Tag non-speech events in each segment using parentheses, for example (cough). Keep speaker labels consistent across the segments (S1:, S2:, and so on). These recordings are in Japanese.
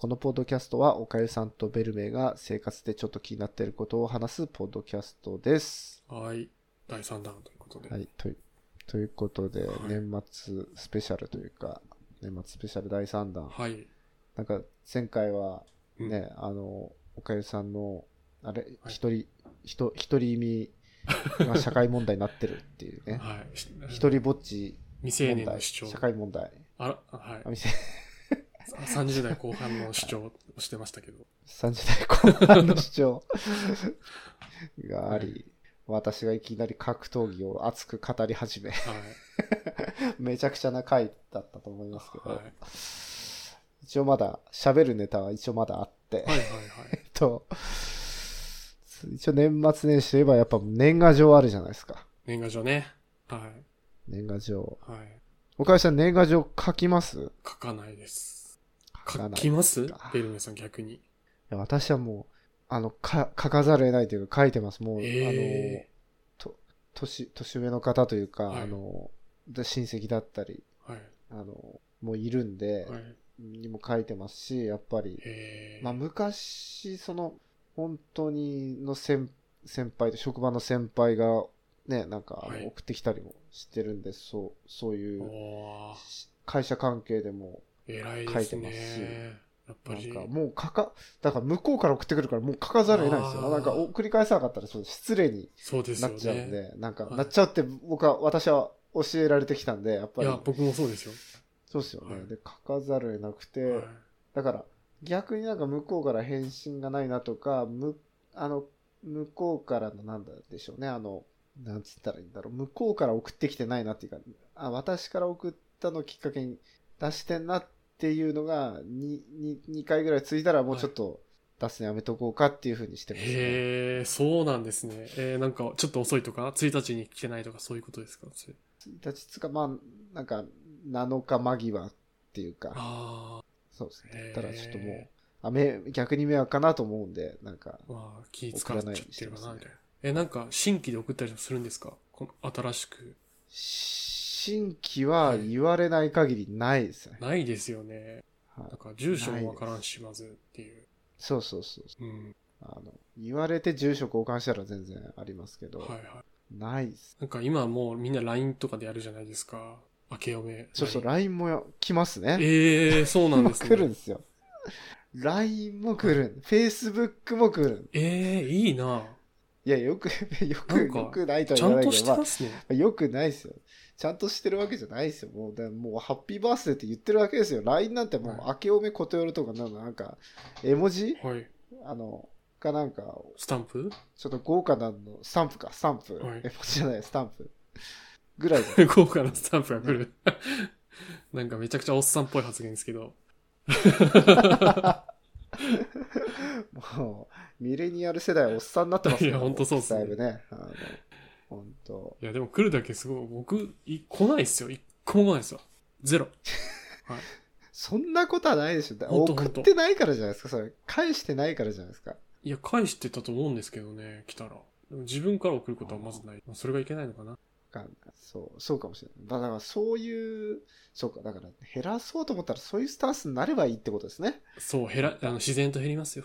S1: このポッドキャストは、おかゆさんとベルメイが生活でちょっと気になっていることを話すポッドキャストです。
S2: はい。第3弾ということで。
S1: はい、といということで
S2: はい、
S1: 年末スペシャルというか、年末スペシャル第3弾。
S2: はい。
S1: なんか、前回は
S2: うん
S1: ね、あの、おかゆさんの、あれ、
S2: はい
S1: 一人、一一人身が社会問題になってるっていうね。
S2: はい。し
S1: 一人ぼっち
S2: 未成
S1: 問
S2: 年
S1: 題、
S2: の主
S1: 社
S2: 張。
S1: 会問題。
S2: あら、はい
S1: あ。店
S2: 30代後半の主張をしてましたけど。
S1: 30代後半の主
S2: (laughs)
S1: 張があり、私がいきなり格闘技を熱く語り始め、 (laughs)
S2: はい。
S1: めちゃくちゃな回だったと思いますけど、
S2: はい
S1: 一応まだ喋るネタは一応まだあって、 (laughs)
S2: はいはいはい。
S1: と、一応年末年始といえばやっぱ年賀状あるじゃないですか。
S2: 年賀状ね。は
S1: 年賀状。
S2: い。はい。
S1: おかさん年賀状書きます
S2: 書かないです。
S1: 書
S2: 書
S1: かない。
S2: き
S1: い
S2: ます
S1: か
S2: ベルメさん逆に。
S1: や私はもう、あの、か書かざるを得ないというか書いてます。もう、あの、
S2: え
S1: 年年上の方というか、
S2: はい
S1: あので親戚だったり
S2: ー。はい。
S1: あのもういるんで、
S2: はい。
S1: にも書いてますしやっぱり、
S2: えー。
S1: まあ、昔その本当にの先先輩と職場の先輩がねなんかあの
S2: はい
S1: 送ってきたりもしてるんで、そうそういう
S2: おー。
S1: し会社関係でも
S2: 偉いです
S1: 書いて
S2: ね。やっぱ
S1: なん
S2: り。
S1: かもう書かだから向こうから送ってくるからもう書かざるを得ないんです
S2: あ
S1: よ
S2: ー
S1: なんか送り返さなかったらそう失礼に
S2: そうです
S1: な
S2: よ
S1: っちゃうんで
S2: ね。
S1: なんか、
S2: はい
S1: なっちゃうって僕は私は教えられてきたんでやっぱ
S2: い
S1: り
S2: や、僕もそうですよ。
S1: そうですよね。
S2: はい
S1: で、書かざるを得なくて、
S2: はい
S1: だから、逆になんか向こうから返信がないなとか、む、あの、向こうからのなんだでしょうね、あの、なんつったらいいんだろう、向こうから送ってきてないなっていうか、あ、私から送ったのをきっかけに出してんなっていうのが、に、に、2回ぐらいついたらもうちょっと出すのやめとこうかっていうふうにしてますね。
S2: へえ、そうなんですね。えー、なんか、ちょっと遅いとか、1日に来てないとか、そういうことですかそれ
S1: 1日つか、まあ、なんか、7日間際っていうか、
S2: あ
S1: そうです
S2: あ、へ
S1: ね。
S2: ー
S1: ただちょっともう、あめ逆に迷惑かなと思うんで、なんか、
S2: まあ、気使っちゃってるかな、みたいな。えー、なんか、新規で送ったりするんですかこの新しく。
S1: 新規は言われない限りないですね。
S2: ないですよね。
S1: はい
S2: なんか、住所もわからんし、まずっていう。
S1: そうそうそう。
S2: うん。
S1: あの言われて住所交換したら全然ありますけど、
S2: はいはい。
S1: ないです。
S2: なんか、今もうみんな LINE とかでやるじゃないですか。明けおめ。
S1: そうそう、
S2: LINE
S1: LINE もや来ますね。
S2: ええー、そうなん
S1: も
S2: です
S1: (laughs) 来るん
S2: ね。
S1: ですよ。LINE も来る。Facebook も来る。
S2: ええー、いいな。
S1: いや、よく、よ
S2: な
S1: く、
S2: んか
S1: よくないとは
S2: ち
S1: 言
S2: ゃ
S1: わな
S2: ん
S1: い
S2: と
S1: け
S2: し
S1: ど、
S2: て
S1: ま
S2: ますね。
S1: あ、よくないですよ。ちゃんとしてるわけじゃないですよ。もう、だからもう、ハッピーバースデーって言ってるわけですよ。LINE なんてもう、
S2: はい
S1: 明けおめことよろとか、なんかなんか、絵文字
S2: はい。
S1: あの、かなんか、
S2: スタンプ
S1: ちょっと豪華なの、スタンプか、スタンプ。
S2: はい
S1: え、じゃない、スタンプ。ぐ
S2: (laughs)
S1: らいじゃない
S2: 豪華なスタンプが来る。 (laughs) なんかめちゃくちゃおっさんっぽい発言ですけど。
S1: もう、ミレニアル世代はおっさんになってます
S2: いやほんとそうっす
S1: ね。
S2: ね
S1: だいぶね。あの、ほんと。
S2: いや、でも来るだけすごい。僕、い来ないっすよ。一個も来ないっすよ。ゼロ。
S1: そんなことはないでしょ。だ
S2: ほんと
S1: 送
S2: ほ
S1: っ
S2: んと
S1: てないからじゃないですか、それ。返してないからじゃないですか。
S2: いや、返してたと思うんですけどね、来たら。でも自分から送ることはまずない。まあそれがいけないのかな。
S1: わかんないそう、そうかもしれない。だから、そういう、そうか、だから、減らそうと思ったら、そういうスタンスになればいいってことですね。
S2: そう、減ら、あの、自然と減りますよ。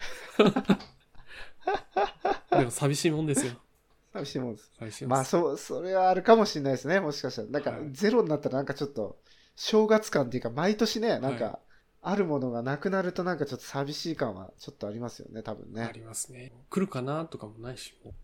S2: (laughs) でも寂しいもんですよ。
S1: 寂しいもんです。
S2: 寂しいもん
S1: まあ
S2: です。
S1: そう、それはあるかもしれないですね、もしかしたら。なんか
S2: はい、
S1: ゼロになったらなんかちょっと、正月感っていうか、毎年ね、なん
S2: はい
S1: か、あるものがなくなるとなんかちょっと寂しい感はちょっとありますよね、多分
S2: あ
S1: ね。
S2: りますね。来るかなとかもないし。も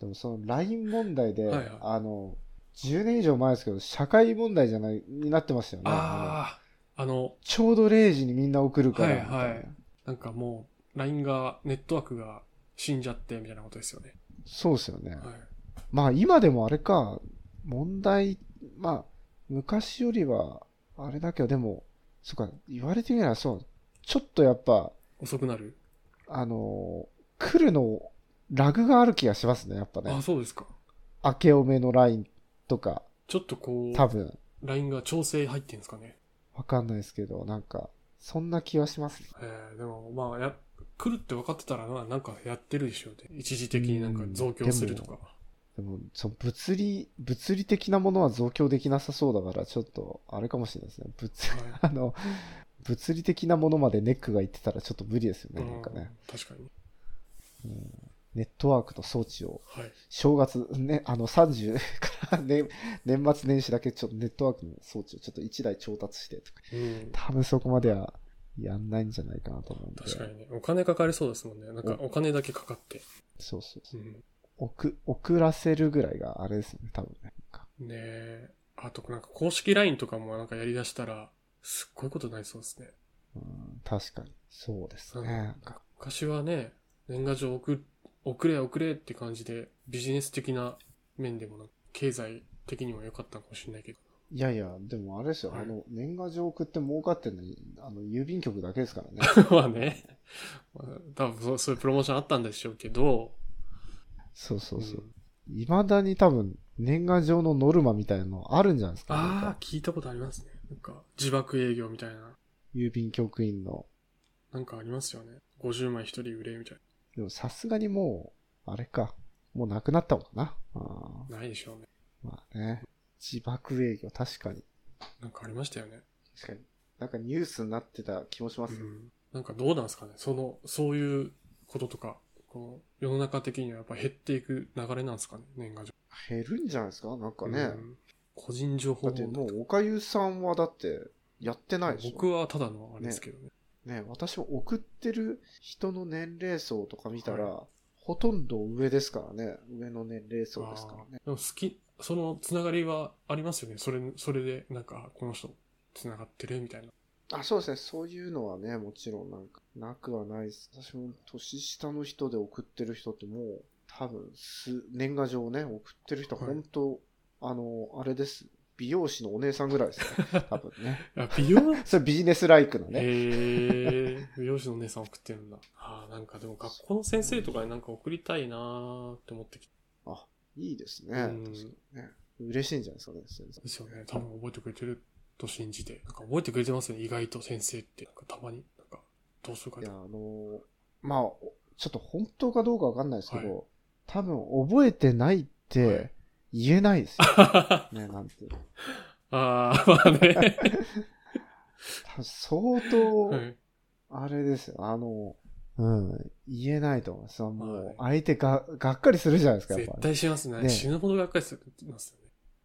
S1: でもその LINE 問題で、
S2: はいはい
S1: あの、10年以上前ですけど、社会問題じゃない、になってましたよね。あの
S2: ああ、あの、
S1: ちょうど0時にみんな送るから、
S2: は
S1: み
S2: い
S1: たいな。
S2: はいなんかもう、LINE が、ネットワークが死んじゃって、みたいなことですよね。
S1: そうですよね。
S2: はい。
S1: まあ今でもあれか、問題、まあ昔よりはあれだけど、でも、そっか、言われてみればそう、ちょっとやっぱ、
S2: 遅くなる、
S1: あのー来るの、ラグがある気がしますね、やっぱ
S2: あ、
S1: ね。
S2: そうですか。
S1: 明けおめのラインとか、
S2: ちょっとこ
S1: 多
S2: う、
S1: 分、
S2: LINE が調整入ってんですかね。
S1: わかんないですけど、なんか、そんな気はしますね。
S2: えー、でも、まあ、や、来るって分かってたらな、なんかやってるでしょうね。一時的になんか増強するとか。
S1: でも、その物理、物理的なものは増強できなさそうだから、ちょっと、あれかもしれないですね。物、 (laughs)
S2: はい
S1: あの、物理的なものまでネックがいってたらちょっと無理ですよね、なんかね。
S2: うん確かに。
S1: ネットワークと装置を、
S2: はい。
S1: 正月、ね、あの30から、ね、年末年始だけちょっとネットワークの装置をちょっと1台調達してとか、
S2: うん。
S1: 多分そこまではやんないんじゃないかなと思うんで。
S2: 確かにね。お金かかりそうですもんね。なんかお金だけかかって。
S1: そうそうそうう。
S2: ん。
S1: おく遅らせるぐらいがあれですよね、多分ね。なんか
S2: ねえ。あと、なんか公式 LINE とかもなんかやり出したら、すっごいことになりそうですね。
S1: うん、確かに。そうです
S2: うん
S1: ね。なんか
S2: 昔はね、年賀状送、送れ送れって感じで、ビジネス的な面でもなんか、経済的にも良かったかもしれないけど。 (laughs)
S1: いやいや、でもあれですよ、
S2: はい
S1: あの、年賀状送って儲かってるのに、あの、郵便局だけですから
S2: (laughs)
S1: ね。
S2: まあね、まあ多分そうそういうプロモーションあったんでしょうけど、
S1: そうそうそうう。
S2: ん
S1: 未だに多分、年賀状のノルマみたいなのあるんじゃないですか、なん
S2: ああ
S1: か、
S2: 聞いたことありますね。なんか、自爆営業みたいな、
S1: 郵便局員の。
S2: なんかありますよね。50枚1人売れみたい
S1: でもさすがにもう、あれか。もうなくなったもんな。あー
S2: な。ないでしょうね。
S1: まあね。自爆営業、確かに。
S2: なんかありましたよね。
S1: 確かに。なんかニュースになってた気もしま
S2: う
S1: す。
S2: ん。なんかどうなんですかね。その、そういうこととか、こう、世の中的にはやっぱ減っていく流れなんですかね、年賀状。
S1: 減るんじゃないですかなんかね。
S2: うん個人情報
S1: だって
S2: 問題
S1: もう、おかゆさんはだって、やってないでしょ
S2: 僕はただのあれですけどね。
S1: ね、私も送ってる人の年齢層とか見たら、ほとんど上ですからね。上の年齢層ですからね。
S2: あーでも好き、そのつながりはありますよね。それ、それで、なんか、この人、つながってるみたいな。
S1: あ、そうですね。そういうのはね、もちろんなんか、なくはないです。私も年下の人で送ってる人ってもう、多分、す、年賀状をね、送ってる人、
S2: はい
S1: 本当、あの、あれです。美容師のお姉さんぐらいですね。多分ね。
S2: (laughs)
S1: (laughs)
S2: あ、美容
S1: それビジネスライクの
S2: へ
S1: ね。
S2: えー、美容師のお姉さん送ってるんだ。ああ、なんかでも学校の先生とかになんか送りたいなーって思ってきた
S1: いいですね。
S2: うん
S1: 確かにね。嬉しいんじゃないですかね、先生
S2: んですよね。多分覚えてくれてると信じて。なんか覚えてくれてますよね。意外と先生って。なんかたまに、なんか、どうするか
S1: いや、あ
S2: と。
S1: のーまあ、おちょっと本当かどうかわかんないですけど、多分覚えてないって言えないですよ。ね、なんて。
S2: (laughs) ああ、まあね。
S1: (laughs) 多分相当、
S2: はい
S1: あれですよ、あの、うん、言えないと思います。も
S2: は
S1: う
S2: い、
S1: 相手が、がっかりするじゃないですか、やっ
S2: 絶
S1: ぱり。
S2: 対しますね。
S1: ね
S2: 死ぬほどがっかりするます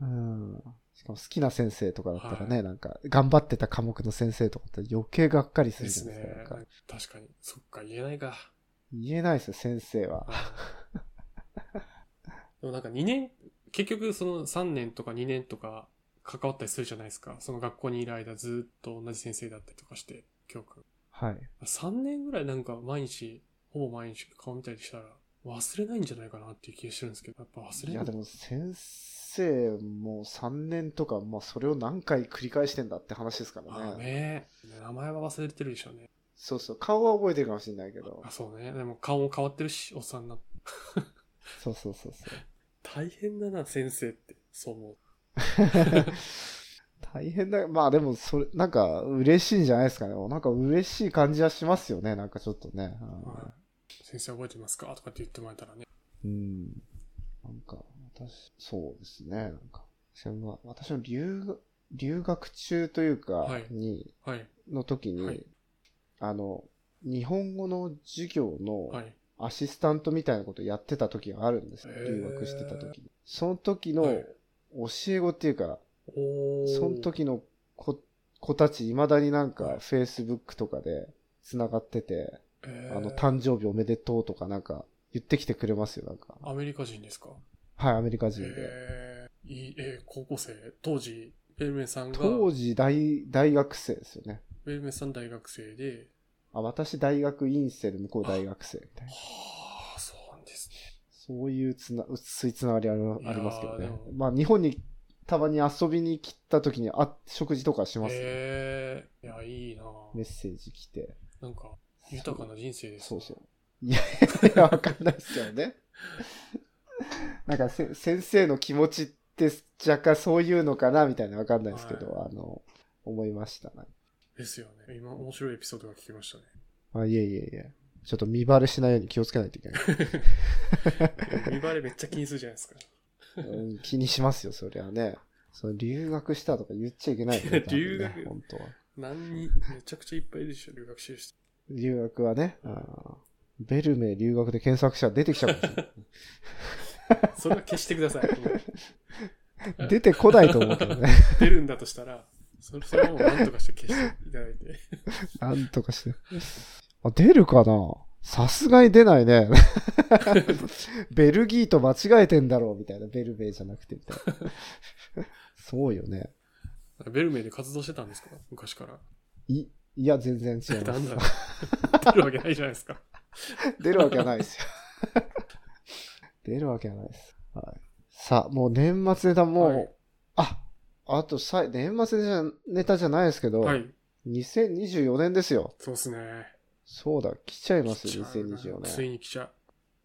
S2: よね。
S1: うん。しかも好きな先生とかだったらね、
S2: は
S1: なんか、頑張ってた科目の先生とかだって余計がっかりす
S2: で
S1: るじゃ
S2: す
S1: ないですか。
S2: ね
S1: なんか。
S2: 確かに。そっか、言えないか。 (laughs)
S1: 言えないですよ、先生は。
S2: でもなんか2年、結局その3年とか2年とか関わったりするじゃないですか。その学校にいる間ずっと同じ先生だったりとかして、教訓。
S1: はい。
S2: 3年ぐらいなんか毎日、ほぼ毎日顔見たりしたら忘れないんじゃないかなっていう気がしてるんですけど、やっぱ忘れ
S1: いや
S2: ない。
S1: でも先生も3年とか、まあ、それを何回繰り返してんだって話ですから
S2: まあ
S1: ね
S2: ね。名前は忘れてるでしょうね。
S1: そうそう顔は覚えてるかもしれないけど
S2: あ、そうね。でも顔も変わってるし、おっさんになって。
S1: そうそうそうそ
S2: 大変だな、先生って。そう思う。
S1: う大変だまあでもそれなんか嬉しいんじゃないですかねなんか嬉しい感じはしますよねなんかちょっとね
S2: はい先生覚えてますかとかって言ってもらえたらね。
S1: うん、うんなんか私そうですねなんか私も私も留学留学中というか
S2: はい
S1: に、
S2: はい。
S1: の時に、
S2: はい
S1: あの、日本語の授業
S2: は
S1: の
S2: い。
S1: アシスタントみたいなことやってた時があるんですよ。
S2: へー
S1: 留学してた時に。その時の
S2: は
S1: 教
S2: い
S1: え子っていうか、
S2: おー
S1: その時の子子たち、未だになんか
S2: はい
S1: Facebook とかで繋がってて、
S2: えー
S1: あの、誕生日おめでとうとかなんか言ってきてくれますよ、なんか。
S2: アメリカ人ですか
S1: はい、アメリカ人で。
S2: えー、いいえー高校生、当時、ベルメさんが、
S1: 当時大、大学生ですよね。
S2: ベルメさん大学生で、
S1: あ、私大学院生で向こう大学生みたいな。
S2: はあ、そうなんですね。
S1: そういうつな、薄いつながりある
S2: いやー
S1: ありますけどね
S2: でも。
S1: まあ、日本にたまに遊びに来た時にあ食事とかしますね、
S2: えー、いや、いいな
S1: メッセージ来て。
S2: なんか、豊かな人生です、
S1: そうそう。いやいや、わかんないですよね。なんかせ、先生の気持ちって若干そういうのかなみたいなわかんないですけど、あの、思いました。なんか
S2: ですよね。今、面白いエピソードが聞きましたね。
S1: あ、いえいえいえ。ちょっと見バレしないように気をつけないといけない。
S2: 見栄えめっちゃ気にするじゃないですか。
S1: うん (laughs) 気にしますよ、そりゃね。その留学したとか言っちゃいけないよね、多分ね
S2: 留学
S1: 本当は。
S2: 何に、めちゃくちゃいっぱいいるでしょ、留学してる人。
S1: 留学はね。あーベルメ留学で検索したら出てきちゃうかもしれない
S2: それは消してください。もう
S1: 出てこないと思うけどね。
S2: 出るんだとしたら、それそれはもう何とかして消していただいて。
S1: なんとかして。あ、出るかなさすがに出ない
S2: (laughs)
S1: ね。ベルギーと間違えてんだろうみたいな。ベルベーじゃなくてみたいな。そうよね。
S2: ベルメイで活動してたんですか昔から。
S1: い、いや、全然違いま
S2: なん
S1: す
S2: だ。ろう出るわけないじゃないですか。
S1: 出るわけはないですよ。出るわけはないです。はい。さあ、もう年末ネタもう、
S2: はい
S1: あ、あとさい、年末ネタじゃネタじゃないですけど、
S2: はい。
S1: 2024年ですよ。
S2: そうですね。
S1: そうだ、来ちゃいます
S2: 来ち
S1: よ、
S2: ゃうな
S1: 2024年
S2: つ。いに来ちゃ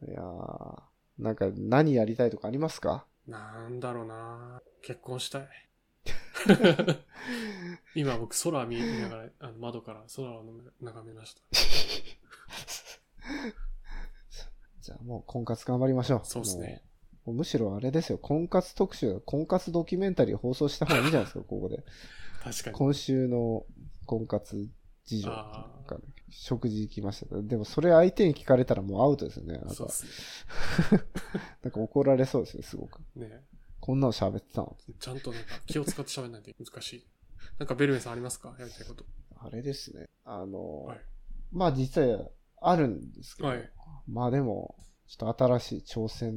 S1: いやー、なんか何やりたいとかありますか (laughs)
S2: う。なんだろうな結婚した (laughs) い。今僕空見ながら、あの窓から空を眺めました。
S1: じゃあもう婚活頑張りましょう。
S2: そうですね。
S1: もう。もうむしろあれですよ、婚活特集、婚活ドキュメンタリー (laughs) 放送した方がいいんじゃないですか、ここで。
S2: 確かに。
S1: 今週の婚活事情
S2: あー
S1: なんか食事行きましたけど。でもそれ相手に聞かれたらもうアウトですよね。なんか
S2: そうです
S1: なんか怒られそうですよ、すごく。
S2: ね。ね
S1: こんなの喋ってたの。
S2: ちゃんとなんか気を使って喋らないと難しい。なんかベルメイさんありますかやりたいこと。
S1: あれですね。あの、
S2: はい
S1: まあ実はあるんですけど、
S2: はい
S1: まあでも、ちょっと新しい挑戦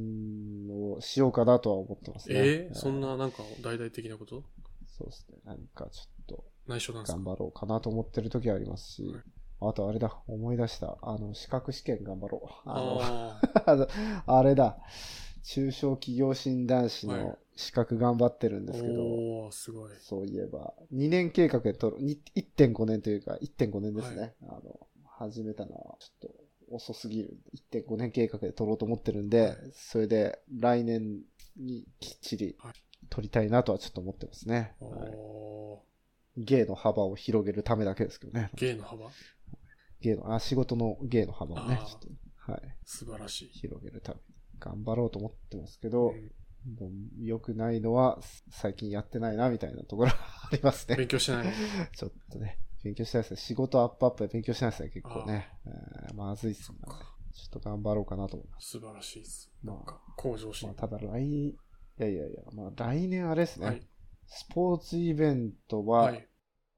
S1: をしようかなとは思ってますね。
S2: え
S1: う
S2: ー、そんななんか大々的なこと
S1: そうですね。なんかちょっ
S2: 内緒なん
S1: と
S2: で
S1: 頑
S2: すか
S1: 張ろうかなと思ってる時はありますし、あとあれだ、思い出した。あの、資格試験頑張ろう。あの、
S2: あ
S1: あのあれだ、中小企業診断士
S2: は
S1: の
S2: い
S1: 資格頑張ってるん (laughs)
S2: あ
S1: で
S2: ー。
S1: すけど、
S2: おー、すごい。
S1: そういえば、2年計画で取る、に1.5年というか、1.5年ですね。あの、始めたのは、ちょっと、遅すぎる。1.5年計画で取ろうと思ってるんで、
S2: はい
S1: それで、来年にきっちり
S2: はい
S1: 取りたいなとはちょっと思ってますね。
S2: お
S1: はい、
S2: お
S1: 芸の幅を広げるためだけですけどね
S2: ー、。芸の幅
S1: 芸の、あ、仕事の芸の幅をね
S2: あ、ー
S1: ちょっと、はい、
S2: 素晴らしい。
S1: 広げるために頑張ろうと思ってますけ
S2: う
S1: ど、
S2: ん
S1: でも良くないのは、最近やってないな、みたいなところはありますね。
S2: 勉強してない。
S1: ちょっとね、勉強したいですね。仕事アップアップで勉強したいですね、結構ね。えーまずいっす
S2: そっ
S1: ね。
S2: か。
S1: ちょっと頑張ろうかなと思います。
S2: 素晴らしいです。
S1: ま
S2: な
S1: あ
S2: んか、向上
S1: まあ
S2: 心。、
S1: ただ来、いやいやいや、まあ来年あれですね、
S2: はい。
S1: スポーツイベントは、
S2: はい。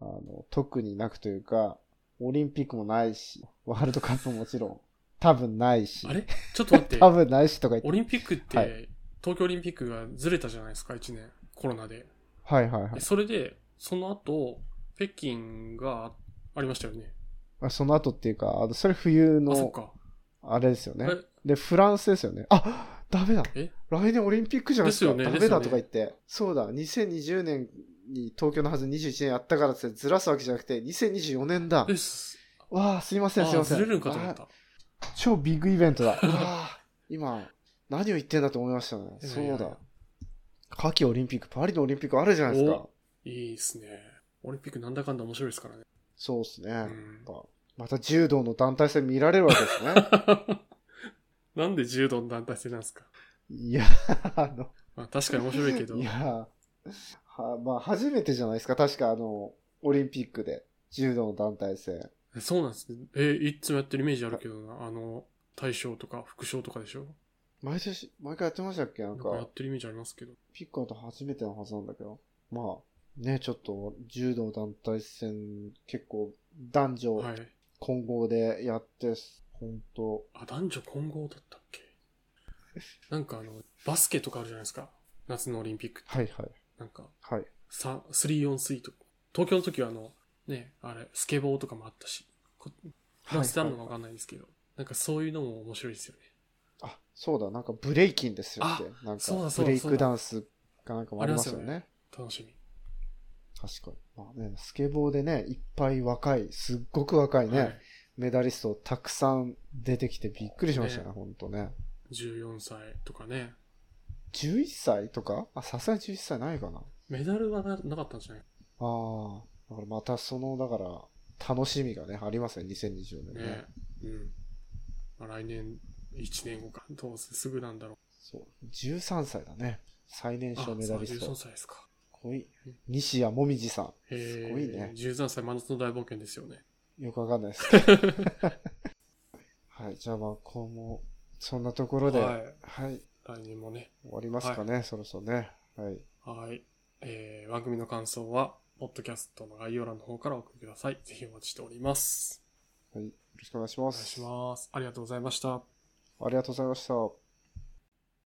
S1: あの、特になくというか、オリンピックもないし、ワールドカップももちろん、多分ないし
S2: あ、れちょっと待って
S1: 多、分ないしとか言って
S2: オ、リンピックっ
S1: は
S2: て、東京オリンピックがずれたじゃないですか、1年。コロナで。
S1: はいはいはい
S2: で。それで、その後、北京がありましたよね。
S1: まあその後っていうか、あのそれ冬
S2: あ、そっ
S1: の、
S2: か。
S1: あれですよね
S2: え。
S1: で、フランスですよね。あダメだ
S2: え
S1: 来年オリンピックじゃないですか。
S2: です
S1: ダ
S2: よね
S1: メだとか言って。そうだ、2020年に東京のはず21年やったからってずらすわけじゃなくて、2024年だ。
S2: です。
S1: わあ、すいませ
S2: あ
S1: ん、すい
S2: ー、
S1: ません。
S2: ずれるんかと思っ
S1: あ
S2: た。
S1: 超ビッグイベントだ。
S2: (laughs)
S1: うわあ、今、何を言ってんだと思いましたね。
S2: いやい
S1: そ
S2: や
S1: うだ。夏季オリンピック、パリのオリンピックあるじゃないですか
S2: お。いいですね。オリンピックなんだかんだ面白いですからね。
S1: そうですね。
S2: う
S1: やっ
S2: ん
S1: ぱまた柔道の団体戦見られるわけです
S2: (laughs)
S1: ね。
S2: なんで柔道の団体戦なんですか。
S1: いや、あの、
S2: まあ、確かに面 (laughs) 白いけど
S1: い。やはまあ初めてじゃないですか確かあのオリンピックで柔道の団体戦
S2: そうなんですね。え、いつもやってるイメージあるけどな。あの、大賞とか副賞とかでしょ
S1: 毎年毎回やってましたっけな
S2: なんんかや
S1: か
S2: ってるイメージありますけど。
S1: ピックアウト初めてのはずなんだけどまあねちょっと柔道団体戦結構男女
S2: はい。
S1: 混合でやって本当
S2: あ、男女混合だったっけなんかあの、バスケとかあるじゃないですか。夏のオリンピックって。
S1: はいはい
S2: なんか、
S1: はい
S2: さ 3on3 とか。東京の時はあの、ね、あれ、スケボーとかもあったし。こフランスであるのかわかんないですけど。なんかそういうのも面白いですよね。
S1: あそうだなんかブレイキンですよってなんか
S2: そうだそ
S1: ブ
S2: うだ
S1: レイクダンスかなんかもありますよ
S2: ありますよ
S1: ね
S2: 楽しみ。
S1: 確かに、まあね、スケボーでねいっぱい若いすっごく若いね、
S2: はい
S1: メダリストたくさん出てきてびっくりしましたね、
S2: ね
S1: ほんとね。
S2: 14歳とかね。
S1: 11歳とかあ、さすがに11歳ないかな。
S2: メダルはななかったんじゃない
S1: ああ、だからまたその、だから、楽しみがね、ありますね、2020年ね。
S2: ね。うん。まあ、来年、1年後か。どうせすぐなんだろう。
S1: そう。13歳だね。最年
S2: あ、そ
S1: 少
S2: う、
S1: メダリス
S2: 13
S1: ト。
S2: 歳ですか。
S1: ごい。西谷もみじさ
S2: へー
S1: すごいね
S2: 13歳真夏の大冒険ですよ
S1: (laughs)
S2: ね。
S1: ん。よくわかんない
S2: (laughs)
S1: ですけど。はい。じゃあまあ、今後も、そんなところで、
S2: は
S1: はい
S2: い。
S1: 終
S2: 来年もね。
S1: わりますかね、そろそろね。はい。
S2: はい。えー、番組の感想は、ポッドキャストの概要欄の方からお送りください。ぜひお待ちしております。
S1: はい。よろしくお願いしま
S2: お願い
S1: す。
S2: します。ありがとうございました。
S1: ありがとうございました。